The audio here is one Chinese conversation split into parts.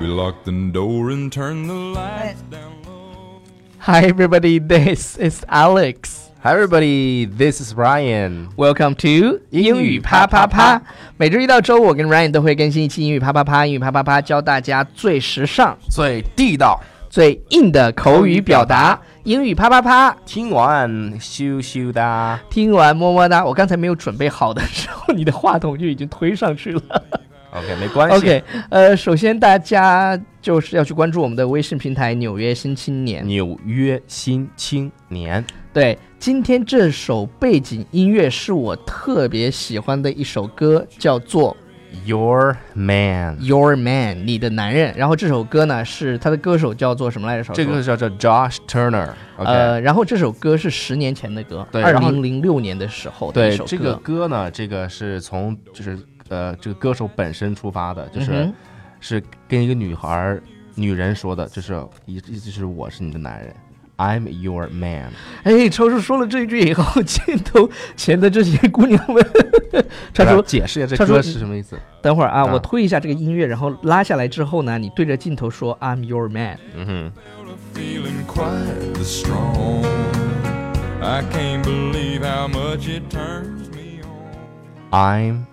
lock the door and turn the lights down low. Hi everybody, this is Alex. Hi, everybody. This is Ryan. Welcome to 英英语语啪啪啪啪啪啪。每周一到周五，我跟 Ryan 都会更新一期英语啪啪啪。英语啪啪啪教大家最时尚、最地道，最硬的口语表达。英语啪啪啪，听完羞羞哒。听完么么哒。我刚才没有准备好的时候，你的话筒就已经推上 去了。 OK，没关系。 OK，呃，首先大家就是要去关注我们的微信平台《纽约新青年》。纽约新青年，对，今天这首背景音乐是我特别喜欢的一首歌，叫做 Your 《 Man， Your Man》，你的男人。然后这首歌呢，是他的歌手叫做什么来着？这个叫叫 Josh Turner。OK，呃，然后这首歌是十年前的歌，对二然后零零六年的时候的一对首歌。这个歌呢，这个是从就是呃这个歌手本身出发的，就是嗯是跟一个女孩儿女人说的，就是意意思是我是你的男人，I'm your man。哼，哎，超叔说了这一句以后，镜头前的这些姑娘们， 超来叔，啊解释一下他这说歌是什么意思。等会儿啊，啊我推一下这个音乐，然后拉下来之后呢，你对着镜头说 “I'm your man”。嗯哼。 Feeling quite the strong. I can't believe how much it turns me on. I'm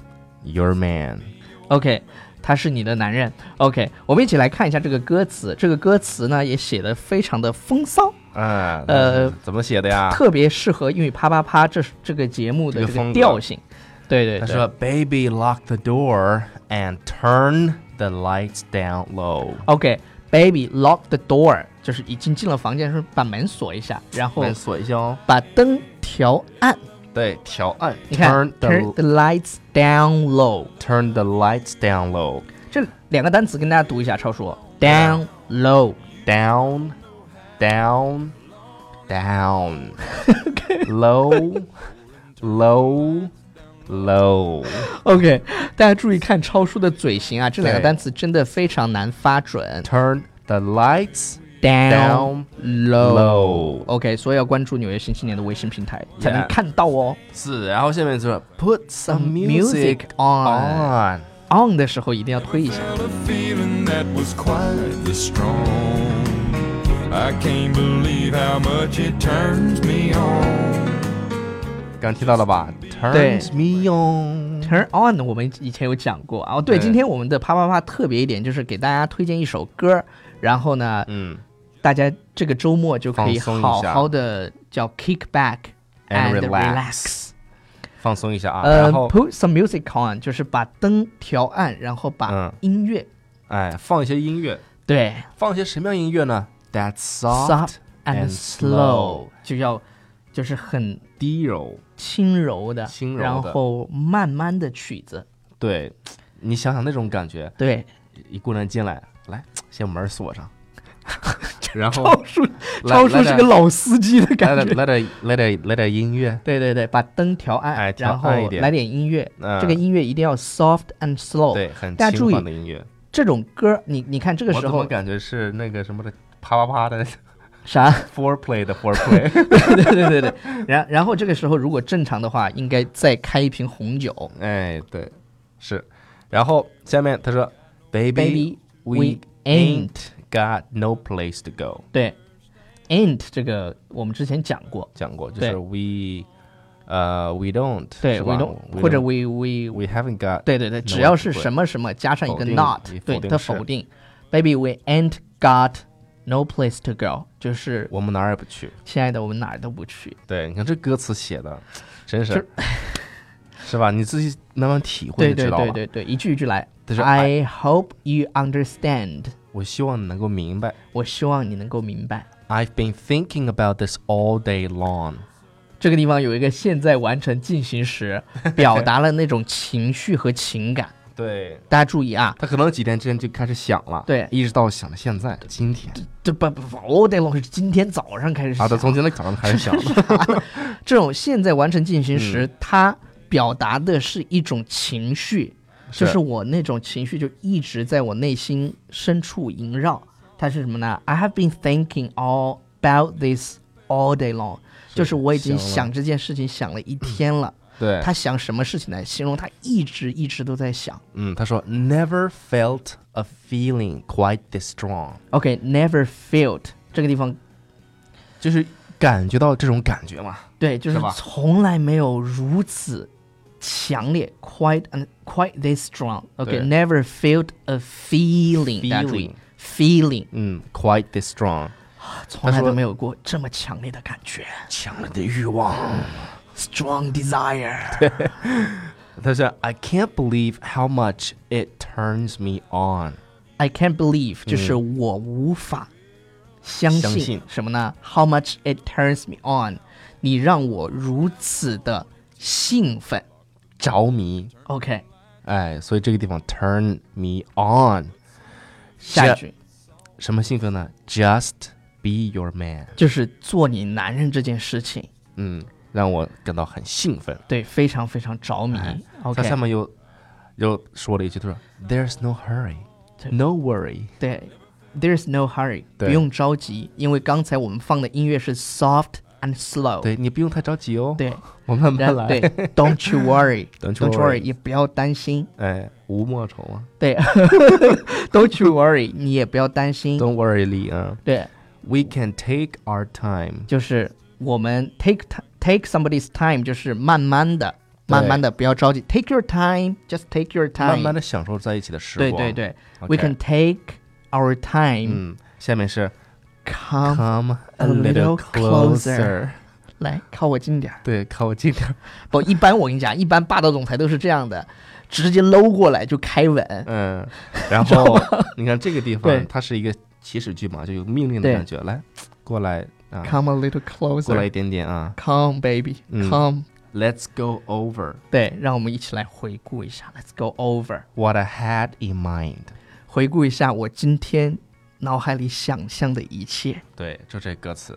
your man。 OK，他是你的男人。OK，我们一起来看一下这个歌词。这个歌词呢也写的非常的风骚，嗯，呃那是怎么写的呀？特别适合英语啪啪啪这这个节目的啊这个这个风格调性。对对他对说。：“Baby, lock the door and turn the lights down low。 OK，baby、lock the door，就是已经进了房间，是把门锁一下，然”后门锁一下哦。把灯调暗。对，调暗。你看 turn turn the the lights down low。 turn the lights down low 这两个单词跟大家读一下，超叔。down low。 down down down low low low。 OK，大家注意看超叔的嘴型啊，这两个对单词真的非常难发准。 Turn the lights down Down Oh。 low。 low OK，所以要关注纽约新青年的微信平台才能 Yeah 看到哦。是，然后下面说 Put some music music on。 on 的时候一定要推一下。 Felt a feeling that was quite the strong. I can't believe how much it turns me on. 刚听到了吧？Turns me on。 Turn on，我们以前有讲过啊。哦，对，对今天我们的啪啪啪特别一点，就是给大家推荐一首歌，然后呢，嗯大家这个周末就可以放松一好下好的叫 kick back And relax relax。放松一下啊，呃然后，put some music on，就是把灯调暗，然后把嗯音乐哎，放一些音乐，对放一些什么样音乐呢？That soft soft and and slow，就要就是很 d o 轻柔的，轻柔的然后慢慢的曲子，对，你想想那种感觉，对，一姑娘进来，来先门 锁上，然后超叔，来超叔来是点个老司机的来感点觉。来点来点来点音乐，对对对，把灯调暗，哎调然后暗一点来点音乐、嗯这个音乐一定要 soft and slow。对，很大家注轻意缓的音乐。这种歌，你你看这个我时怎么候感觉是那个什么的啪啪啪的啥？ foreplay 的 foreplay？对对对对。然然后这个时候如果正常的话，应该再开一瓶红酒。哎，对，是。然后下面他说 Baby, we we ain't got no place to go。对，and 这个我们之前讲过，讲过，就对是 we，呃，we don't，对是，we 吧 don't 或者 don't- we we we haven't got，对对对， No 只要是 one to 什么什么加上一个否定 not，以对否定的式否定。Baby, we ain't got no place to go，就是我们哪儿也不去。亲爱的，我们哪儿都不去。对，你看这歌词写的，真，就是 是吧？你自己慢慢体会，对就对知道对吧？对对，一句一句来。他说 I hope you understand，我希望你能够明白。我希望你能够明白。 I've been thinking about this all day long。这个地方有一个现在完成进行时，表达了那种情绪和情感。对大家注意啊，他可能几天之前就开始想了，对一直到想到现在，今天这不不，all day long 是今天早上开始啊，想他从今天早上开始想 了。这种现在完成进行嗯时，它表达的是一种情绪，是就是我那种情绪就一直在我内心深处萦绕。它是什么呢？I have been thinking all about this all day long，就是我已经想了嗯哎想这件事情想了一天了。对，他想什么事情来形容，他一直一直都在想。嗯，他说 Never felt a feeling quite this strong， OK，never、felt 这个地方，就是感觉到这种感觉嘛。对，就是是吧从来没有如此强烈，quite and quite this strong。OK，never、felt a feeling，大家注意 feeling，嗯，quite this strong，从来他都说没有过这么强烈的感觉强烈的欲望。 ，strong desire。他说 I can't believe how much it turns me on。 I can't believe，就是我无法相信嗯相信什么呢？How much it turns me on，你让我如此的兴奋。着迷， OK，哎，所以这个地方 turn me on，下一 Ju- 句什么兴奋呢？Just be your man，就是做你男人这件事情，嗯，让我感到很兴奋。对，非常非常着迷。哎他 OK，下面又又说了一句，他说 There's no hurry, 对 no worry，对，There's no hurry，不对用着急，因为刚才我们放的音乐是 soft and slow。对你不用太着急哦，对， 我慢慢然来，对，Don't you worry，Don't Don't you you worry， worry 也不要担心。哎，吴莫愁啊对 ，Don't you worry，你也不要担心。 ，Don't worry 李啊对， ，We can take our time，就是我们 take ti- take somebody's time，就是慢慢的、慢慢的，不要着急。Take your time，just take your time。慢慢的享受在一起的时对光。对对 OK ，we can take our time、嗯，下面是 come Come a a little little closer closer，来靠我近点儿。对，靠我近点 儿，不，一般我跟你讲，一般霸道总裁都是这样的，直接搂过来就开吻。嗯，然后你看这个地对方，它是一个祈使句嘛，就有命令的对感觉，来，过来啊， Come a little 过来 closer。一点点啊 Come baby, 嗯 come、 ，Let's go over 对，让我们一起来回顾一下。Let's go over， what I had in mind。回顾一下我今天脑海里想象的一切。对，就这歌词，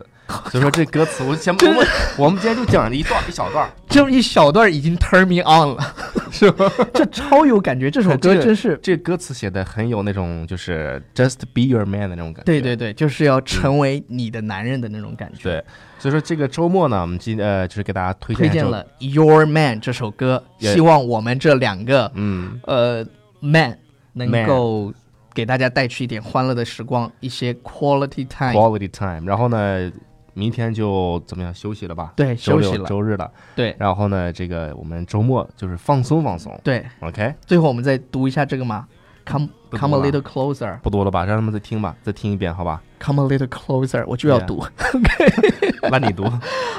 所以说这歌词，我前 面我们我们今天就讲了一段一小段儿，这么一小段已经 turn me on 了， 是吧？这超有感觉。这首歌这个真是，这歌词写的很有那种就是 just be your man 的那种感觉。对对对，就是要成为你的男人的那种感觉。对，所以说这个周末呢，我们今呃就是给大家推荐推一荐首了《Your Man》这首歌，也希望我们这两个嗯，呃 man 能 Man 够给大家带去一点欢乐的时光，一些 quality time。 Quality Time。然后呢，明天就怎么样休息了吧？对周六休息了周日了。对然后呢，这个我们周末就是放松放松。对， OK，最后我们再读一下这个嘛，Come 不读 Come a 了 little closer, 不多了吧？让他们再听吧，再听一遍好 吧？ Come a little closer，我就要 Yeah 读。那你读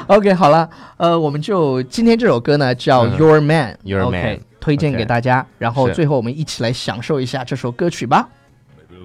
OK，好了，呃，我们就今天这首歌呢叫《嗯 Your Man》 Your Man， OK，推荐给 OK 大家。然后是最后我们一起来享受一下这首歌曲吧。 Baby,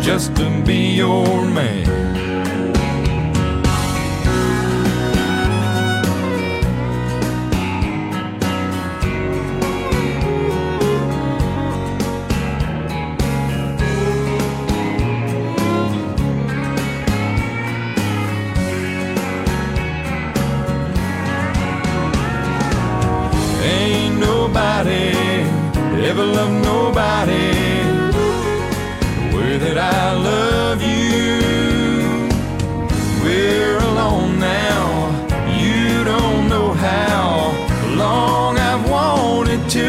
just to be your man. Ain't nobody ever loved nobody the way that I love you. We're alone now. You don't know how long I've wanted to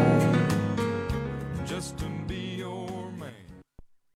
Just to